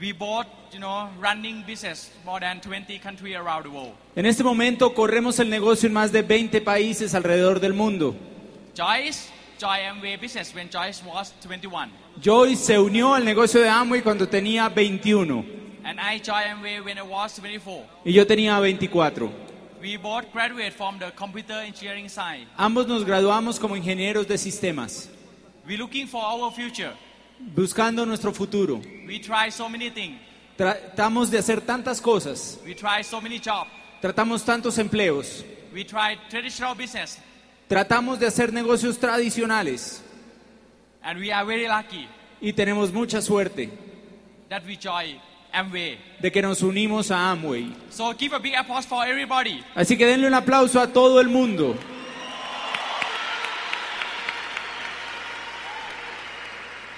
we bought, you know, running business more than 20 countries around the world. En este momento corremos el negocio en más de 20 países alrededor del mundo. Joyce joined Amway business when Joyce was 21, Joy se unió al negocio de Amway cuando tenía 21 and I joined Amway when I was 24. y yo tenía 24. We both graduated from the computer engineering side. Ambos nos graduamos como ingenieros de sistemas, We're looking for our future. buscando nuestro futuro. We try so many things. Tratamos de hacer tantas cosas, We try so many jobs. tratamos tantos empleos, We try traditional business, tratamos de hacer negocios tradicionales and we are very lucky y tenemos mucha suerte that we joined Amway. de que nos unimos a Amway. So give a big applause for everybody. Así que denle un aplauso a todo el mundo.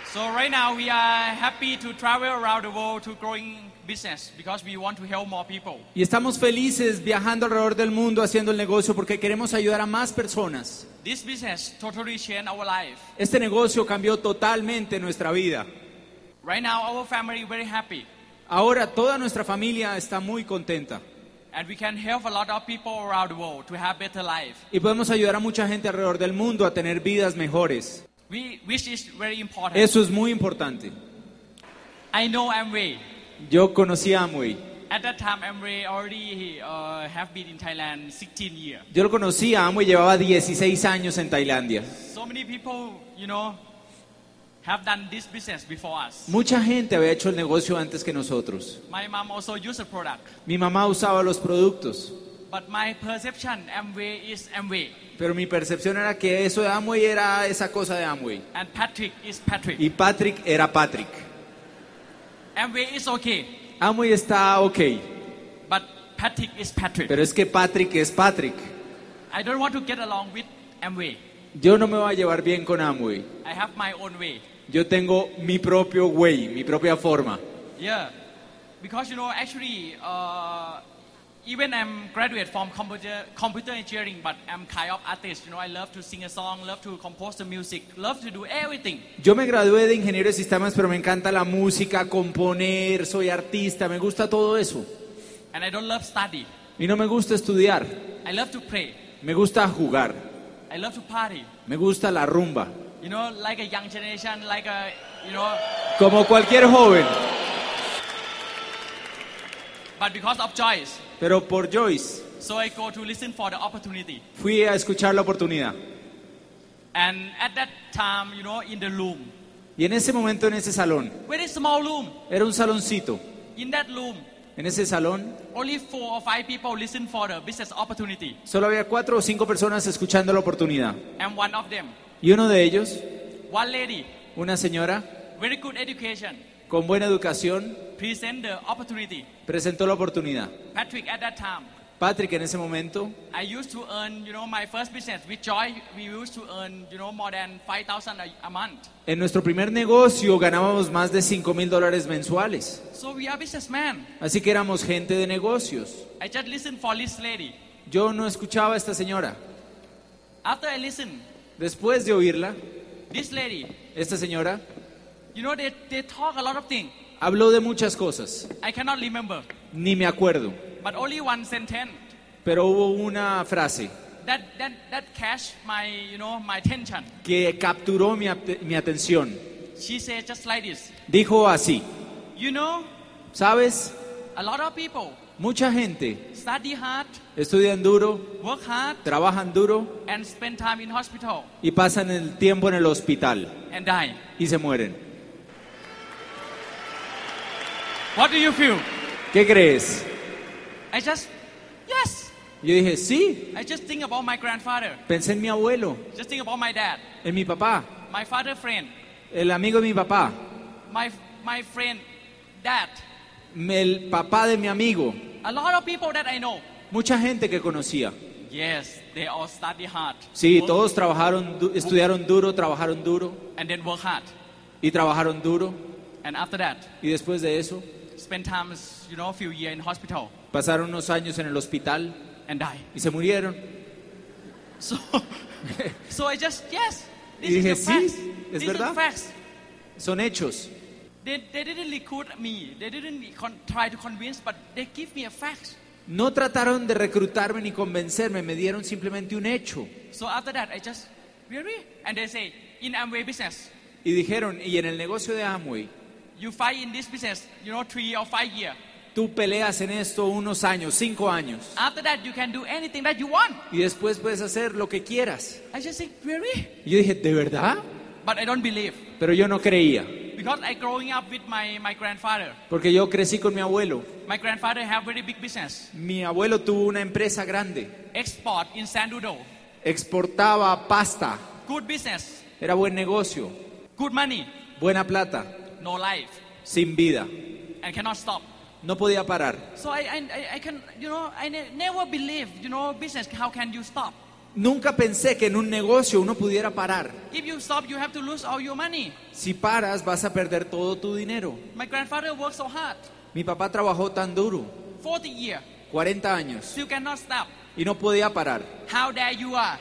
So right now we are happy to travel around the world to growing business because we want to help more people. Y estamos felices viajando alrededor del mundo haciendo el negocio porque queremos ayudar a más personas. This business totally changed our life. Este negocio cambió totalmente nuestra vida. Right now our family very happy Ahora toda nuestra familia está muy contenta and we can help a lot of people around the world to have better life. y podemos ayudar a mucha gente alrededor del mundo a tener vidas mejores. We, which is very important. Eso es muy importante. I know Amway. Yo conocí a Amway. At that time Amway already uh, have been in Thailand 16 years. Yo lo conocí a Amway, llevaba 16 años en Tailandia. So many people, you know, have done this business before us. Mucha gente había hecho el negocio antes que nosotros. My mom also used the product, Mi mamá usaba los productos, but my perception Amway is Amway. pero mi percepción era que eso de Amway era esa cosa de Amway. And Patrick is Patrick. Y Patrick era Patrick. Amway is okay, Amway está ok, but Patrick is Patrick. pero es que Patrick es Patrick. I don't want to get along with Amway. Yo no me voy a llevar bien con Amway. I have my own way. Yo tengo mi propio way, mi propia forma. Yeah, because you know, actually, uh, even I'm graduate from computer computer engineering, but I'm kind of artist. You know, I love to sing a song, love to compose the music, love to do everything. Yo me gradué de ingeniero de sistemas, pero me encanta la música, componer, soy artista, me gusta todo eso. And I don't love study. Y no me gusta estudiar, I love to pray. me gusta jugar, I love to party. me gusta la rumba. You know, like a young generation, like a you know. Como cualquier joven, But because of choice, pero por Joyce so I go to listen for the opportunity. fui a escuchar la oportunidad. And at that time, you know, in the room, Y en ese momento en ese salón, very small room. era un saloncito, In that room, en ese salón only four or five people listen for the business opportunity, solo había cuatro o cinco personas escuchando la oportunidad. and one of them, Y uno de ellos, one lady, una señora very good education, con buena educación, present the opportunity. presentó la oportunidad. Patrick, at that time, Patrick en ese momento, I used to earn, you know, my first business with Joy. We used to earn, you know, more than five thousand a month. en nuestro primer negocio ganábamos más de 5 mil dólares mensuales. So we are businessmen. Así que éramos gente de negocios. I just listen for this lady. Yo no escuchaba a esta señora. After I listen, Después de oírla, this lady, esta señora you know, they, they talk a lot of things. habló de muchas cosas. I cannot remember, Ni me acuerdo. but only one sentence Pero hubo una frase that that that catch my, you know, my attention. que capturó mi, ate- mi atención. She said just like this. Dijo así, You know, ¿sabes? a lot of people Mucha gente study hard, estudian duro, work hard, trabajan duro and spend time in hospital y pasan el tiempo en el hospital and die. y se mueren. What do you feel? ¿Qué crees? I just, yes. Yo dije, sí, I just think about my grandfather. pensé en mi abuelo, Just think about my dad, en mi papá, my father friend, el amigo de mi papá, my my friend, dad. el papá de mi amigo, A lot of people that I know. mucha gente que conocía. Yes, they all study hard. Sí, Work- todos trabajaron, du- estudiaron duro, trabajaron duro And then work hard. y trabajaron duro. And after that, Y después de eso, spend time, you know, a few years in hospital pasaron unos años en el hospital and die. y se murieron. So, so I just, yes, this Y is dije, the facts. "Sí, es These are the verdad." facts. Son hechos. They, they didn't recruit me. They didn't con- try to convince, but they give me a fact. No trataron de reclutarme ni convencerme, me dieron simplemente un hecho. So after that, I just, really? And they say, in Amway business, Y dijeron, y en el negocio de Amway, you fight in this business, you know, three or five years. tú peleas en esto unos años, cinco años, After that, you can do anything that you want. y después puedes hacer lo que quieras. I just say, really? Y yo dije, ¿de verdad? But I don't believe. Pero yo no creía, Because I growing up with my, my grandfather. porque yo crecí con mi abuelo. My grandfather have very big business. Mi abuelo tuvo una empresa grande, Export in Sandudo. exportaba pasta, Good business. era buen negocio, Good money. buena plata, No life. sin vida, And cannot stop. no podía parar. So I, I, I- I can, you know, I ne- never believe, you know, business, how can you stop? Nunca pensé que en un negocio uno pudiera parar. If you stop, you have to lose all your money. Si paras vas a perder todo tu dinero. My grandfather worked so hard. Mi papá trabajó tan duro, 40 years. 40 años, Still cannot stop. y no podía parar. How dare you are?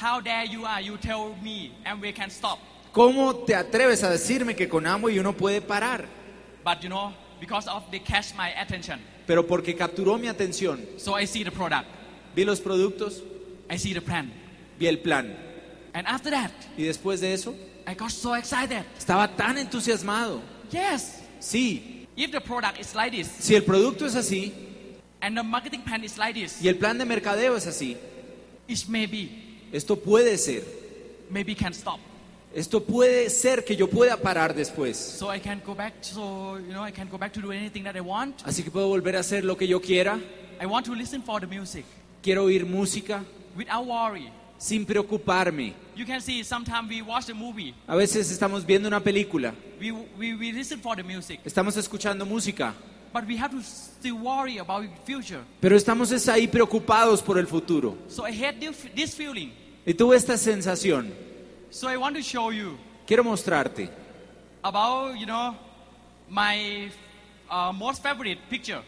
How dare you are? You tell me and we can stop. ¿Cómo te atreves a decirme que con Amway uno puede parar? But you know, because of they catch my attention. Pero porque capturó mi atención, So I see the product. vi los productos, I see the plan. vi el plan. And after that, Y después de eso, I got so excited. estaba tan entusiasmado. Yes. Sí, If the product is like this si el producto es así and the marketing plan is like this, y el plan de mercadeo es así, it maybe, esto puede ser, maybe can stop. esto puede ser que yo pueda parar después. So I can go back. So you know, I can go back to do anything that I want. Así que puedo volver a hacer lo que yo quiera. I want to listen for the music Quiero oír música without worry. sin preocuparme. You can see sometimes we watch the movie, A veces estamos viendo una película, we, we, we listen for the music, estamos escuchando música, but we have to still worry about the future. pero estamos es ahí preocupados por el futuro. So I hate this, this feeling. Y tuve esta sensación. So I want to show you Quiero mostrarte about you know my uh, most favorite picture.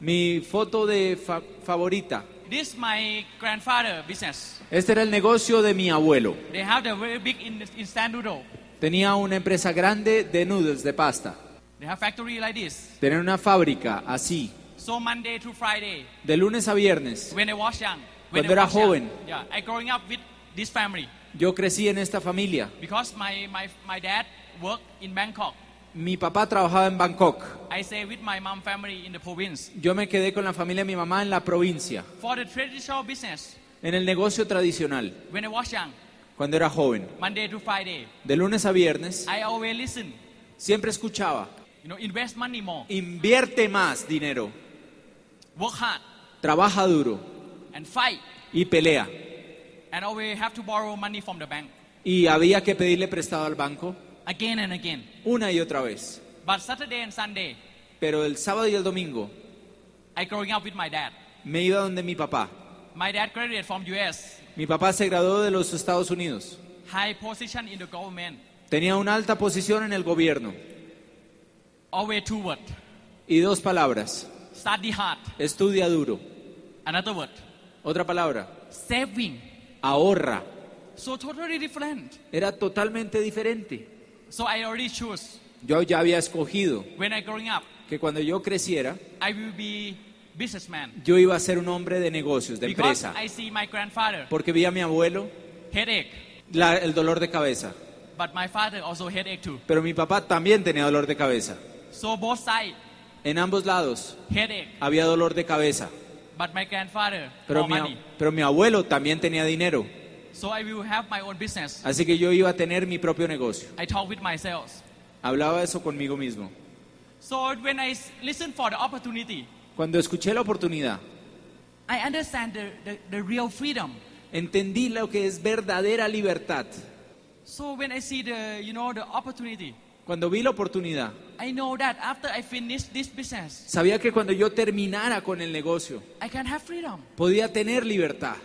mi foto de fa- favorita. This my grandfather business. Este era el negocio de mi abuelo. They have the very big in instant noodle. Tenía una empresa grande de noodles de pasta. They have factory like this. Tenía una fábrica así, So Monday to Friday, de lunes a viernes. when I was young, when Cuando I era was young, joven. yeah, I growing up with this family Yo crecí en esta familia. because my my my dad worked in Bangkok. Mi papá trabajaba en Bangkok. I stay with my mom family in the province Yo me quedé con la familia de mi mamá en la provincia, for the traditional business. en el negocio tradicional, When I was young, cuando era joven. Monday to Friday, De lunes a viernes I always listen. siempre escuchaba, You know, invest money more, invierte más dinero, work hard, trabaja duro and fight. y pelea. And always have to borrow money from the bank Y había que pedirle prestado al banco again and again. una y otra vez. But Saturday and Sunday, Pero el sábado y el domingo I growing up with my dad. me iba donde mi papá. My dad graduated from U.S. Mi papá se graduó de los Estados Unidos. high position in the government, Tenía una alta posición en el gobierno. always two word, Y dos palabras, study hard. estudia duro. Another word, Otra palabra, saving. ahorra. So totally different. Era totalmente diferente. So I already choose Yo ya había escogido when I growing up, que cuando yo creciera, I will be businessman. yo iba a ser un hombre de negocios, de because empresa. I see my grandfather Porque vi a mi abuelo headache, la- el dolor de cabeza. but my father also headache too. Pero mi papá también tenía dolor de cabeza. So both side En ambos lados headache, había dolor de cabeza. but my grandfather Pero more mi, money. pero mi abuelo también tenía dinero. So I will have my own business. Así que yo iba a tener mi propio negocio. I talk with myself. Hablaba eso conmigo mismo. So when I s- listen for the opportunity, Cuando escuché la oportunidad, I understand the, the, the real freedom. entendí lo que es verdadera libertad. So when I see the you know the opportunity, Cuando vi la oportunidad, I know that after I finish this business, sabía que cuando yo terminara con el negocio, I can have freedom podía tener libertad.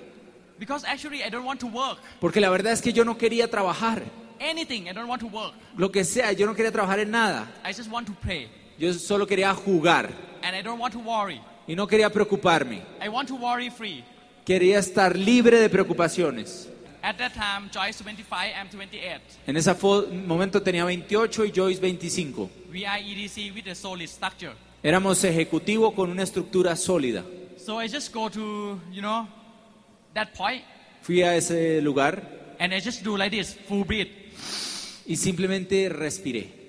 because actually I don't want to work Porque la verdad es que yo no quería trabajar, anything. I don't want to work. lo que sea, yo no quería trabajar en nada. I just want to play, Yo solo quería jugar and I don't want to worry. y no quería preocuparme. I want to worry free. Quería estar libre de preocupaciones. At that time, Joyce 25, I'm 28. En ese fo- momento tenía 28 y Joyce 25. We are EDC with a solid structure. Éramos ejecutivo con una estructura sólida. So I just go to, you know, that point, Fui a ese lugar and I just do like this, full breath. y simplemente respiré.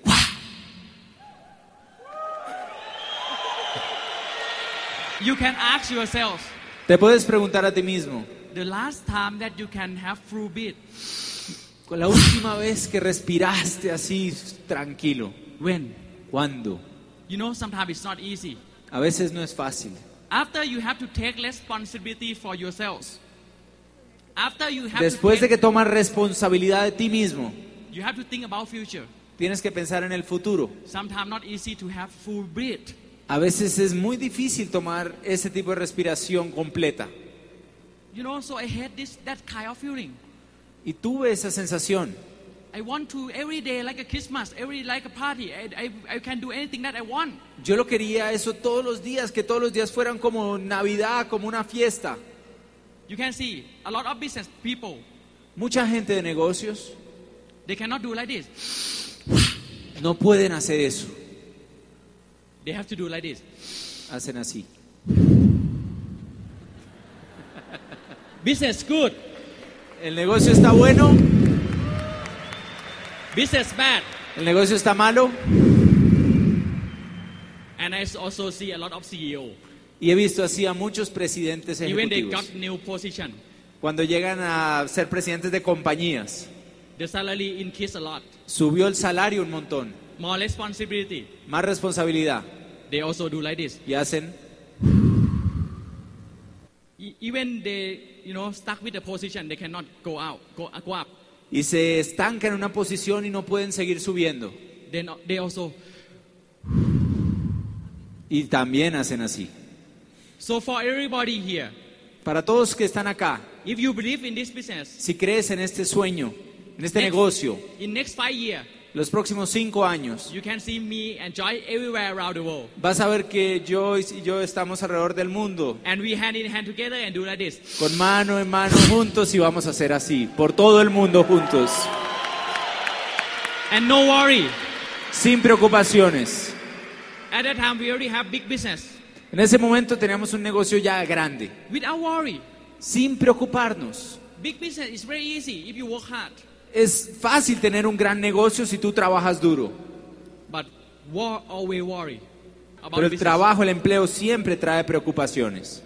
You can ask yourself, Te puedes preguntar a ti mismo, the last time that you can have full breath, ¿con la última vez que respiraste así tranquilo? when? ¿Cuándo? You know, sometimes it's not easy. A veces no es fácil. After you have to take responsibility for yourselves. After you have Después to de take, que tomas responsabilidad de ti mismo, you have to think about future. tienes que pensar en el futuro. Sometimes not easy to have full breath. A veces es muy difícil tomar ese tipo de respiración completa. You know, so I hate this that kind of feeling. Y tuve esa sensación. I want to every day like a Christmas, every like a party. I, I, I can do anything that I want. Yo lo quería eso todos los días, que todos los días fueran como Navidad, como una fiesta. You can see a lot of business people Mucha gente de negocios they cannot do like this. no pueden hacer eso. They have to do like this. Hacen así. Business good, El negocio está bueno, business bad, el negocio está malo. and I also see a lot of CEO Y he visto así a muchos presidentes even they ejecutivos. got new position, Cuando llegan a ser presidentes de compañías, the salary increase a lot, subió el salario un montón, more responsibility. más responsabilidad. They also do like this. Y hacen, E- even they you know stuck with the position, they cannot go out, go, go up. y se estancan en una posición y no pueden seguir subiendo. Then they also Y también hacen así. so for everybody here. Para todos que están acá, If you believe in this business, si crees en este sueño, en este Next. negocio, in next five years, los próximos cinco años, you can see me and Joy everywhere around the world. vas a ver que Joyce y yo estamos alrededor del mundo, And we hand in hand together and do like this. con mano en mano juntos y vamos a hacer así, por todo el mundo juntos, And no worry. sin preocupaciones. At that time, we already have big business. En ese momento teníamos un negocio ya grande, Without worry. sin preocuparnos. Big business is very easy if you work hard. Es fácil tener un gran negocio si tú trabajas duro, But war always worry about pero el business. trabajo, el empleo siempre trae preocupaciones.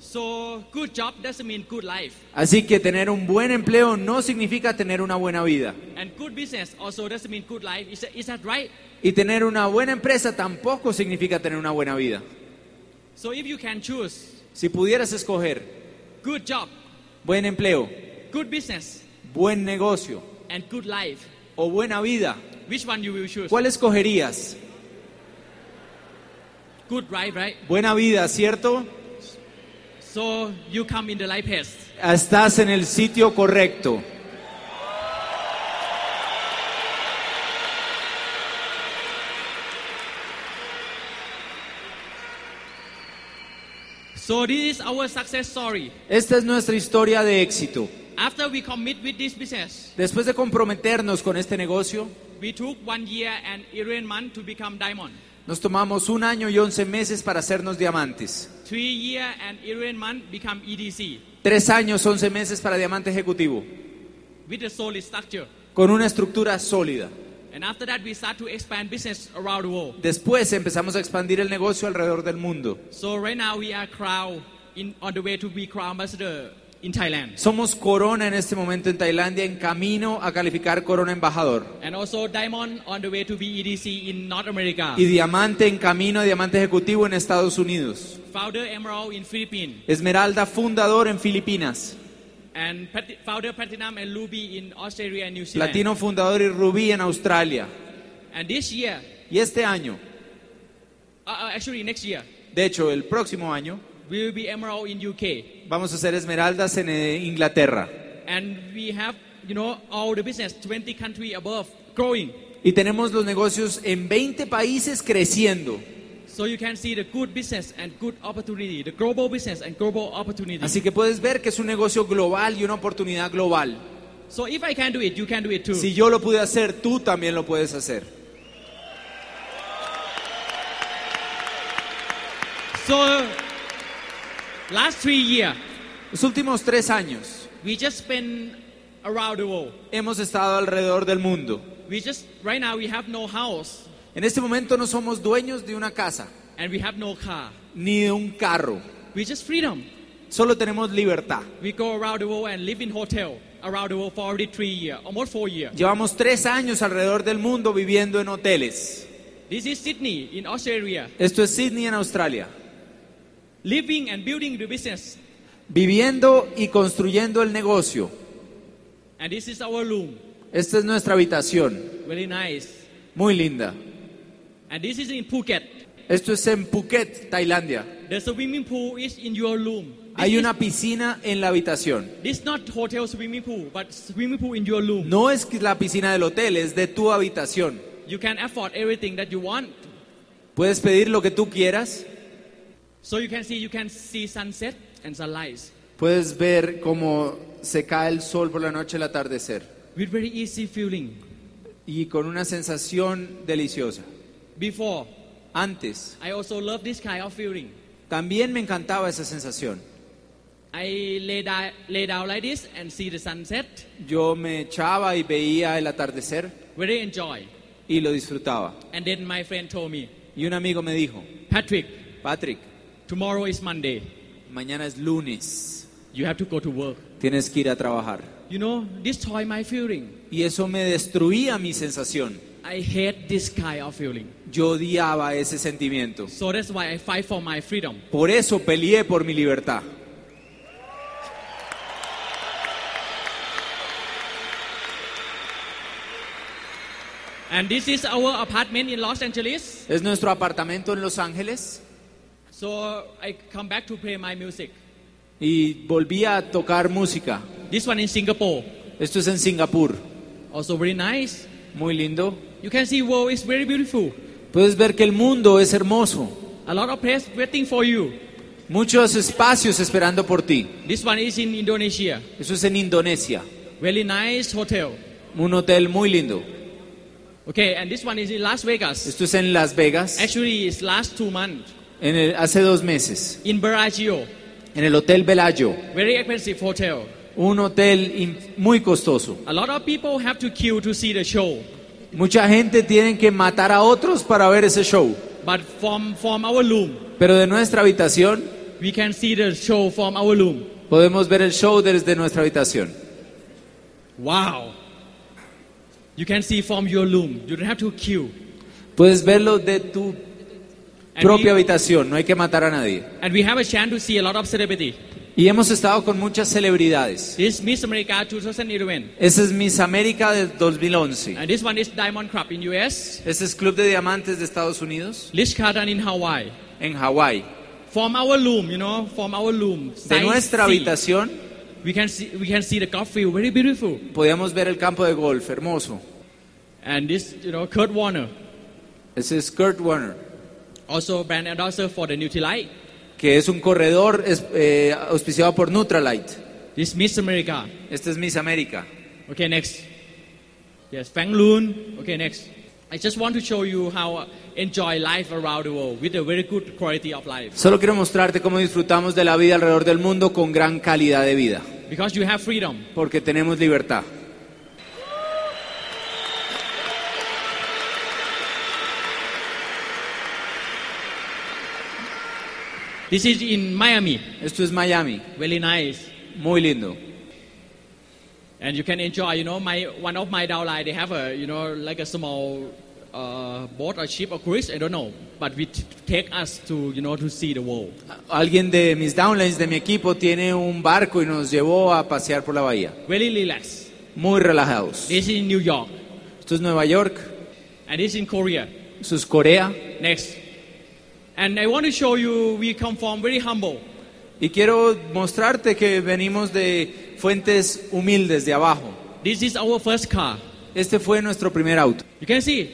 So good job doesn't mean good life. Así que tener un buen empleo no significa tener una buena vida. And good business also doesn't mean good life. Is that, is that right? Y tener una buena empresa tampoco significa tener una buena vida. So if you can choose Si pudieras escoger good job, buen empleo, good business, buen negocio and good life, o buena vida, which one you will choose? ¿cuál escogerías? Good life, right? Buena vida, ¿cierto? So you come in the life path. Estás en el sitio correcto. So this is our success story. Esta es nuestra historia de éxito. After we commit with this business, Después de comprometernos con este negocio, we took one year and 11 month to become diamond. nos tomamos un año y once meses para hacernos diamantes. Three year and 11 month become E EDC Tres años, once meses para diamante ejecutivo, with a solid structure. con una estructura sólida. And after that, we start to expand business around the world. Después empezamos a expandir el negocio alrededor del mundo. So right now we are crown in, on the way to be crown ambassador in Thailand. Somos corona en este momento en Tailandia en camino a calificar corona embajador And also diamond on the way to be EDC in North America. y diamante en camino a diamante ejecutivo en Estados Unidos. Founder Emerald in Philippines. Esmeralda fundador en Filipinas, And Plati- founder Platinum and Ruby in Australia and New Zealand. platino fundador y rubí en Australia. And this year, Y este año, uh, uh, actually next year, de hecho el próximo año, we will be Emerald in UK. vamos a hacer esmeraldas en eh, Inglaterra. And we have, you know, all the business, 20 country above, growing. Y tenemos los negocios en 20 países creciendo. So you can see the good business and good opportunity, the global business and global opportunity. Así que puedes ver que es un negocio global y una oportunidad global. So if I can do it, you can do it too. Si yo lo pude hacer, tú también lo puedes hacer. So last three years, Los últimos tres años we just been around the world. hemos estado alrededor del mundo. We just right now we have no house En este momento no somos dueños de una casa and we have no car. ni de un carro. We just freedom. Solo tenemos libertad. We go around the world and live in hotel around the world for already three years, almost four years. Llevamos tres años alrededor del mundo viviendo en hoteles. This is Sydney in Australia, Esto es Sydney en Australia. living and building the business. Viviendo y construyendo el negocio. And this is our room, Esta es nuestra habitación. very nice. Muy linda. And this is in Phuket. Esto es en Phuket, Tailandia. The swimming pool is in your room. This Hay is- una piscina en la habitación. This not hotel swimming pool, but swimming pool in your room. No es que la piscina del hotel, es de tu habitación. You can afford everything that you want. Puedes pedir lo que tú quieras. So you can see, you can see sunset and sunrise Puedes ver cómo se cae el sol por la noche, el atardecer. with very easy feeling. Y con una sensación deliciosa. Before, Antes, I also love this kind of feeling. también me encantaba esa sensación. I lay, di- lay down like this and see the sunset. Yo me echaba y veía el atardecer Very enjoy. y lo disfrutaba. And then my friend told me, Y un amigo me dijo, Patrick, Patrick, tomorrow is Monday. mañana es lunes, You have to go to work. tienes que ir a trabajar. You know, destroy my feeling. Y eso me destruía mi sensación. I hate this kind of feeling. Yo odiaba ese sentimiento. So that's why I fight for my freedom. Por eso peleé por mi libertad. And this is our apartment in Los Angeles. Es nuestro apartamento en Los Ángeles So I come back to play my music. y volví a tocar música. This one in Singapore, Esto es en Singapur. also very nice. Muy lindo. You can see world is very beautiful. Puedes ver que el mundo es hermoso. A lot of place waiting for you. Muchos espacios esperando por ti. This one is in Indonesia, Eso es en Indonesia. very nice hotel. Un hotel muy lindo. Okay, and this one is in Las Vegas. Esto es en Las Vegas. Actually, it's last two months En el- hace dos meses. in Bellagio, En el Hotel Bellagio. very expensive hotel. Un hotel in- muy costoso. A lot of people have to queue to see the show. Mucha gente tiene que matar a otros para ver ese show. But from from our room, Pero de nuestra habitación we can see the show from our room. Podemos ver el show desde nuestra habitación. Wow. You can see from your room. You don't have to queue. Puedes verlo de tu And, we, propia habitación, no hay que matar a nadie. and we have a chance to see a lot of celebrity. Y hemos estado con muchas celebridades. This Miss America 2011. Ese es Miss América del 2011. And this one is Diamond Club in US. Este es Club de Diamantes de Estados Unidos, Lish Carden in Hawaii. en Hawái. From our room, you know, from our room. De side nuestra sea, habitación We can see we can see the golf field, very beautiful. podíamos ver el campo de golf, hermoso. And this, you know, Kurt Warner, Ese es Kurt Warner, also brand ambassador for the Nutrilite. que es un corredor es- eh, auspiciado por Nutralite. This Miss America. Este es Miss América. Okay, next. Yes, Fang Loon. Okay, next. I just want to show you how uh, enjoy life around the world with a very good quality of life. Solo quiero mostrarte cómo disfrutamos de la vida alrededor del mundo con gran calidad de vida. Because you have freedom. Porque tenemos libertad. This is in Miami. Esto es Miami, Very nice. muy lindo. And you can enjoy, you know, my one of my downline, they have a, you know, like a small uh, boat or ship or cruise, I don't know. But we t- take us to, you know, to see the world. Alguien de mis downlines de mi equipo tiene un barco y nos llevó a pasear por la bahía. Very relaxed. Muy relajados. This is in New York. Esto es Nueva York. and it's in Korea. Eso es Corea. Next. And I want to show you we come from very humble. Y quiero mostrarte que venimos de fuentes humildes de abajo. This is our first car. Este fue nuestro primer auto. You can see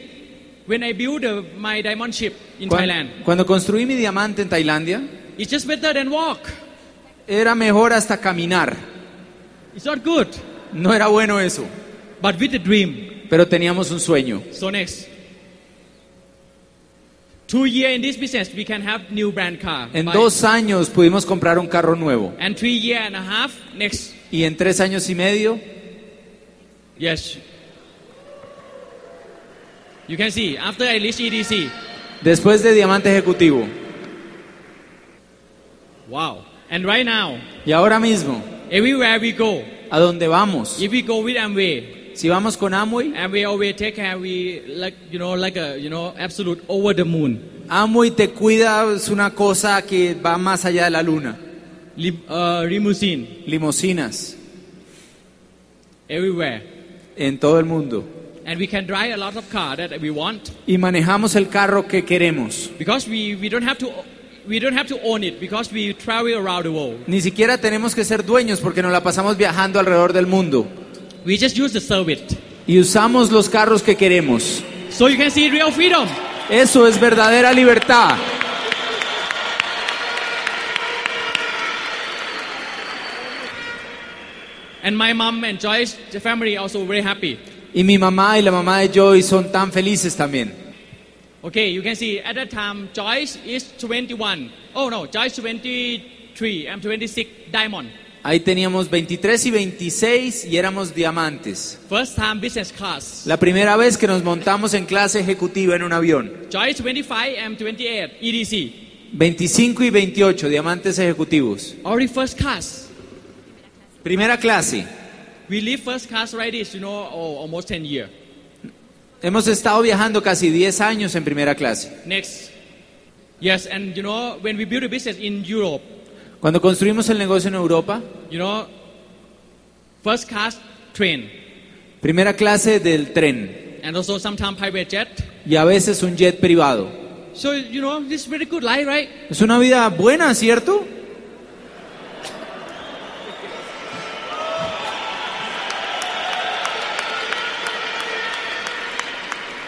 when I build uh, my diamond ship in Cuan- Thailand, cuando construí mi diamante en Tailandia, it's just better than walk. era mejor hasta caminar. It's not good, No era bueno eso, but with a dream. pero teníamos un sueño. So next. Two year in this business, we can have new brand car. En Buy- dos años pudimos comprar un carro nuevo and three year and a half next. y en tres años y medio, Yes. You can see after I E reach EDC. después de diamante ejecutivo Wow. And right now, y ahora mismo, everywhere we go, ¿a dónde vamos? if we go with Amway, Si vamos con Amway, Amway always take care. We like you know like a you know absolute over the moon. Amway te cuida es una cosa que va más allá de la luna. Lim, uh, limousine Limosinas everywhere, en todo el mundo and we can drive a lot of car that we want y manejamos el carro que queremos. because we we don't have to we don't have to own it because we travel around the world. Ni siquiera tenemos que ser dueños porque nos la pasamos viajando alrededor del mundo We just use the service. y usamos los carros que queremos. So you can see real freedom. Eso es verdadera libertad. And my mom and Joyce, the family also very happy. Y mi mamá y la mamá de Joy son tan felices también. Okay, you can see at that time Joyce is 21. Oh no, Joyce 23. I'm 26. Diamond. Ahí teníamos 23 y 26 y éramos diamantes. First time business class. La primera vez que nos montamos en clase ejecutiva en un avión. Joyce 25. I'm E 28. EDC. 25 y 28, diamantes ejecutivos. Already first class. Primera clase. We live first class right this, you know, oh, almost 10 year. Hemos estado viajando casi 10 años en primera clase. Next. Yes, and you know when we build a business in Europe, Cuando construimos el negocio en Europa, you know, first class train primera clase del tren and also sometimes private jet. y a veces un jet privado. So you know this is very good life, right? Es una vida buena, ¿cierto?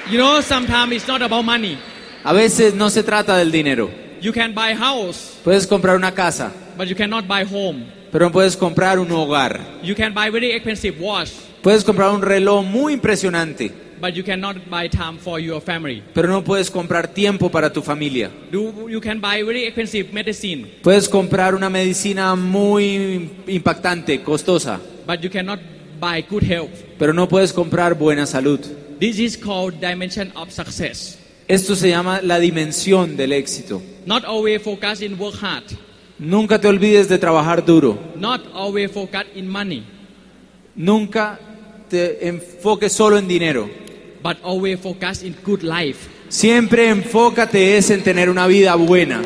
You know, sometimes it's not about money. A veces no se trata del dinero. You can buy house, Puedes comprar una casa, but you cannot buy home. pero no puedes comprar un hogar. You can buy very expensive watch, Puedes comprar un reloj muy impresionante, but you cannot buy time for your family. pero no puedes comprar tiempo para tu familia. Do you can buy very expensive medicine, Puedes comprar una medicina muy impactante, costosa, but you cannot buy good health. pero no puedes comprar buena salud. This is called dimension of success. Esto se llama la dimensión del éxito. Not always focus in work hard. Nunca te olvides de trabajar duro. Not always focus in money, Nunca te enfoques solo en dinero. but always focus in good life. Siempre enfócate es en tener una vida buena.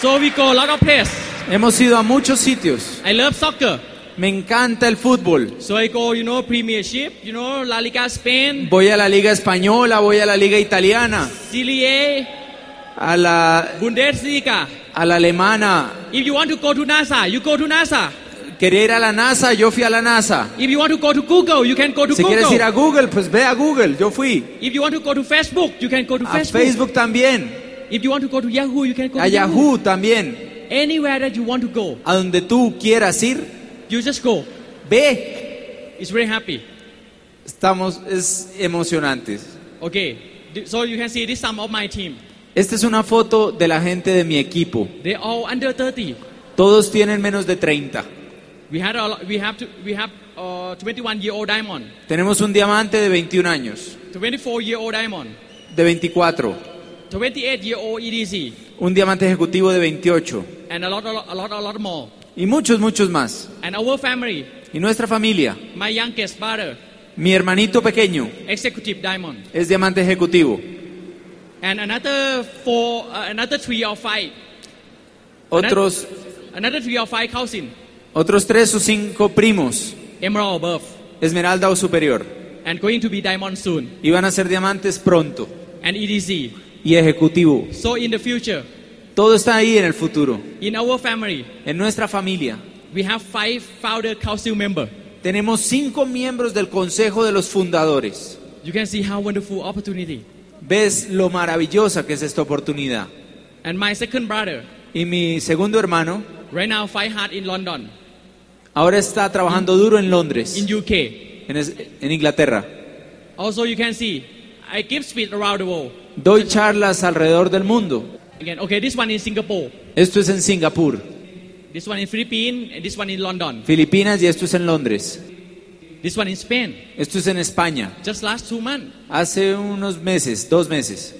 So we go a lot of place. Hemos ido a muchos sitios. I love soccer. Me encanta el fútbol. So I go, you know, Premiership, you know, La Liga Spain, Voy a la liga española, voy a la liga italiana, Serie A, a la, Bundesliga. a la alemana. If you want to go to NASA, you go to NASA. Quería ir a la NASA, yo fui a la NASA. If you want to go to Google, you can go to Si quieres Google. ir a Google, pues ve a Google, yo fui. If you want to go to Facebook, you can go to A Facebook. Facebook también, If you want to go to Yahoo, you can go a to Yahoo también. Anywhere that you want to go, A donde tú quieras ir, you just go. ve. It's very happy. Estamos, es emocionantes. Okay, th- so you can see this some of my team. Esta es una foto de la gente de mi equipo. They all under 30. Todos tienen menos de 30. We had a lot, we have to we have uh, 21 year old diamond, Tenemos un diamante de 21 años, 24 year old diamond, de 24, 28 year old EDC, un diamante ejecutivo de 28 E and a lot a lot a lot, a lot more. y muchos, muchos más. And our family, Y nuestra familia, my youngest brother, mi hermanito pequeño executive diamond. es diamante ejecutivo. And another four, uh, another three or five. Otros, Another three or five cousin. otros tres o cinco primos emerald above, esmeralda o superior, and going to be diamond soon, y van a ser diamantes pronto, and EDC. y ejecutivo. So in the future, Todo está ahí en el futuro. in our family, En nuestra familia we have five founder council member. tenemos cinco miembros del Consejo de los Fundadores. You can see how wonderful opportunity. ¿Ves lo maravillosa que es esta oportunidad? And my second brother, Y mi segundo hermano right now fight hard in London, ahora está trabajando duro en Londres, in UK. en, es- en Inglaterra. Also, you can see I give speed around the world. Doy charlas alrededor del mundo. Again, okay, this one in Singapore, Esto es en Singapur, this one in Philippines, and this one in London, Filipinas y esto es en Londres. this one in Spain. Esto es en España. Just last two months, Hace unos meses, dos meses.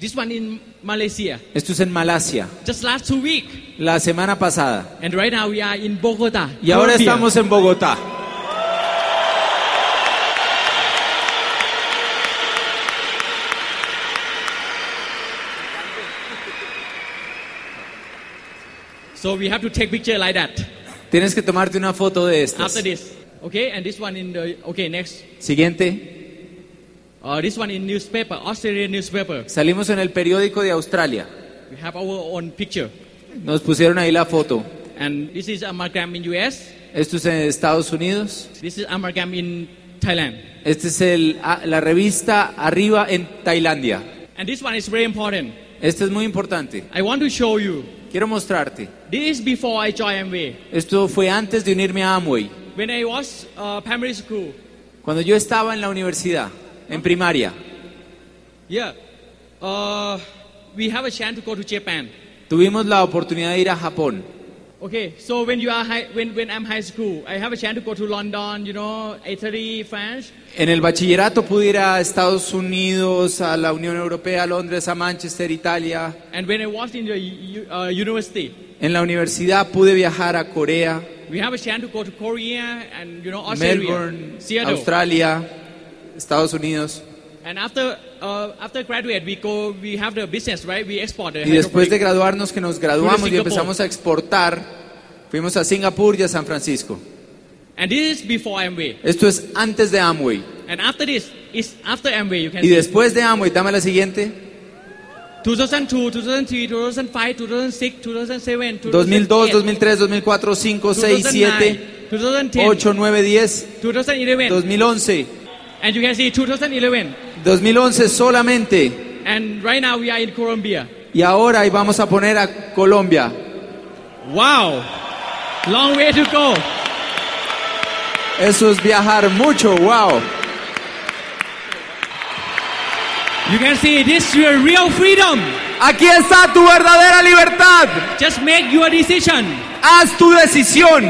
this one in Malaysia. Esto es en Malasia, Just last two weeks, la semana pasada. and right now we are in Bogota. Y ahora Colombia. estamos en Bogotá. So we have to take picture like that. Tienes que tomarte una foto de estas. After this, okay, and this one in the okay next. Siguiente. Uh, this one in newspaper, Australian newspaper. Salimos en el periódico de Australia. We have our own picture, Nos pusieron ahí la foto. and this is amalgam in US. Esto es en Estados Unidos. This is amalgam in Thailand, Esta es el- ah, la revista Arriba en Tailandia. and this one is very important. Esto es muy importante. I want to show you. Quiero mostrarte. This is before I joined Amway. Esto fue antes de unirme a Amway. When I was uh, primary school, Cuando yo estaba en la universidad, en primaria, yeah, uh, we have a chance to go to Japan. tuvimos la oportunidad de ir a Japón. Okay, so when you are high, when when I'm high school, I have a chance to go to London, you know, Italy, France. En el bachillerato pude ir a Estados Unidos, a la Unión Europea, a Londres, a Manchester, Italia. And when I was in the u- uh, university, En la universidad pude viajar a Corea, we have a chance to go to Korea and you know Australia, Melbourne, Seattle. Australia, Estados Unidos. And after uh, after graduate, we go. We have the business, right? We export the Y después de hydroponic. graduarnos, que nos graduamos y Singapur. empezamos a exportar, fuimos a Singapur y a San Francisco. And this is before Amway. Esto es antes de Amway. And after this is after Amway. You can Y see después de Amway, dame la siguiente, 2002, 2003, 2005, 2006, 2007, 2002, 2008, 2003, 2004, 2005, 6, 7, 2010, 8, 9, 10, 2011, 2011. and you can see 2011. 2011 solamente. And right now we are in Colombia. Y ahora ahí vamos a poner a Colombia. Wow, long way to go. Eso es viajar mucho, wow. You can see this is your real freedom. Aquí está tu verdadera libertad. Just make your decision. Haz tu decisión.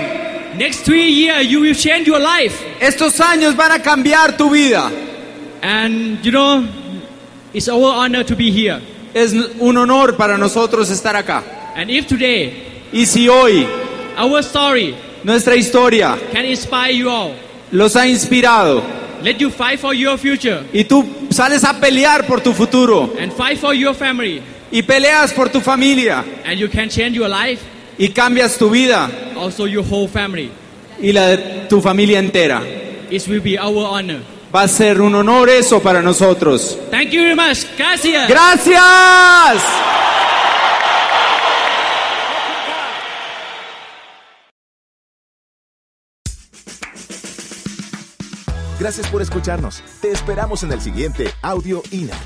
Next three years, you will change your life. Estos años van a cambiar tu vida. And you know, it's our honor to be here. Es un honor para nosotros estar acá. And if today Y si hoy our story nuestra historia can inspire you all, los ha inspirado let you fight for your future y tú sales a pelear por tu futuro and fight for your family, y peleas por tu familia and you can change your life, y cambias tu vida also your whole family. y la de tu familia entera. It will be our honor. Va a ser un honor eso para nosotros. Thank you very much. Gracias. Gracias. Gracias por escucharnos. Te esperamos en el siguiente Audio INA.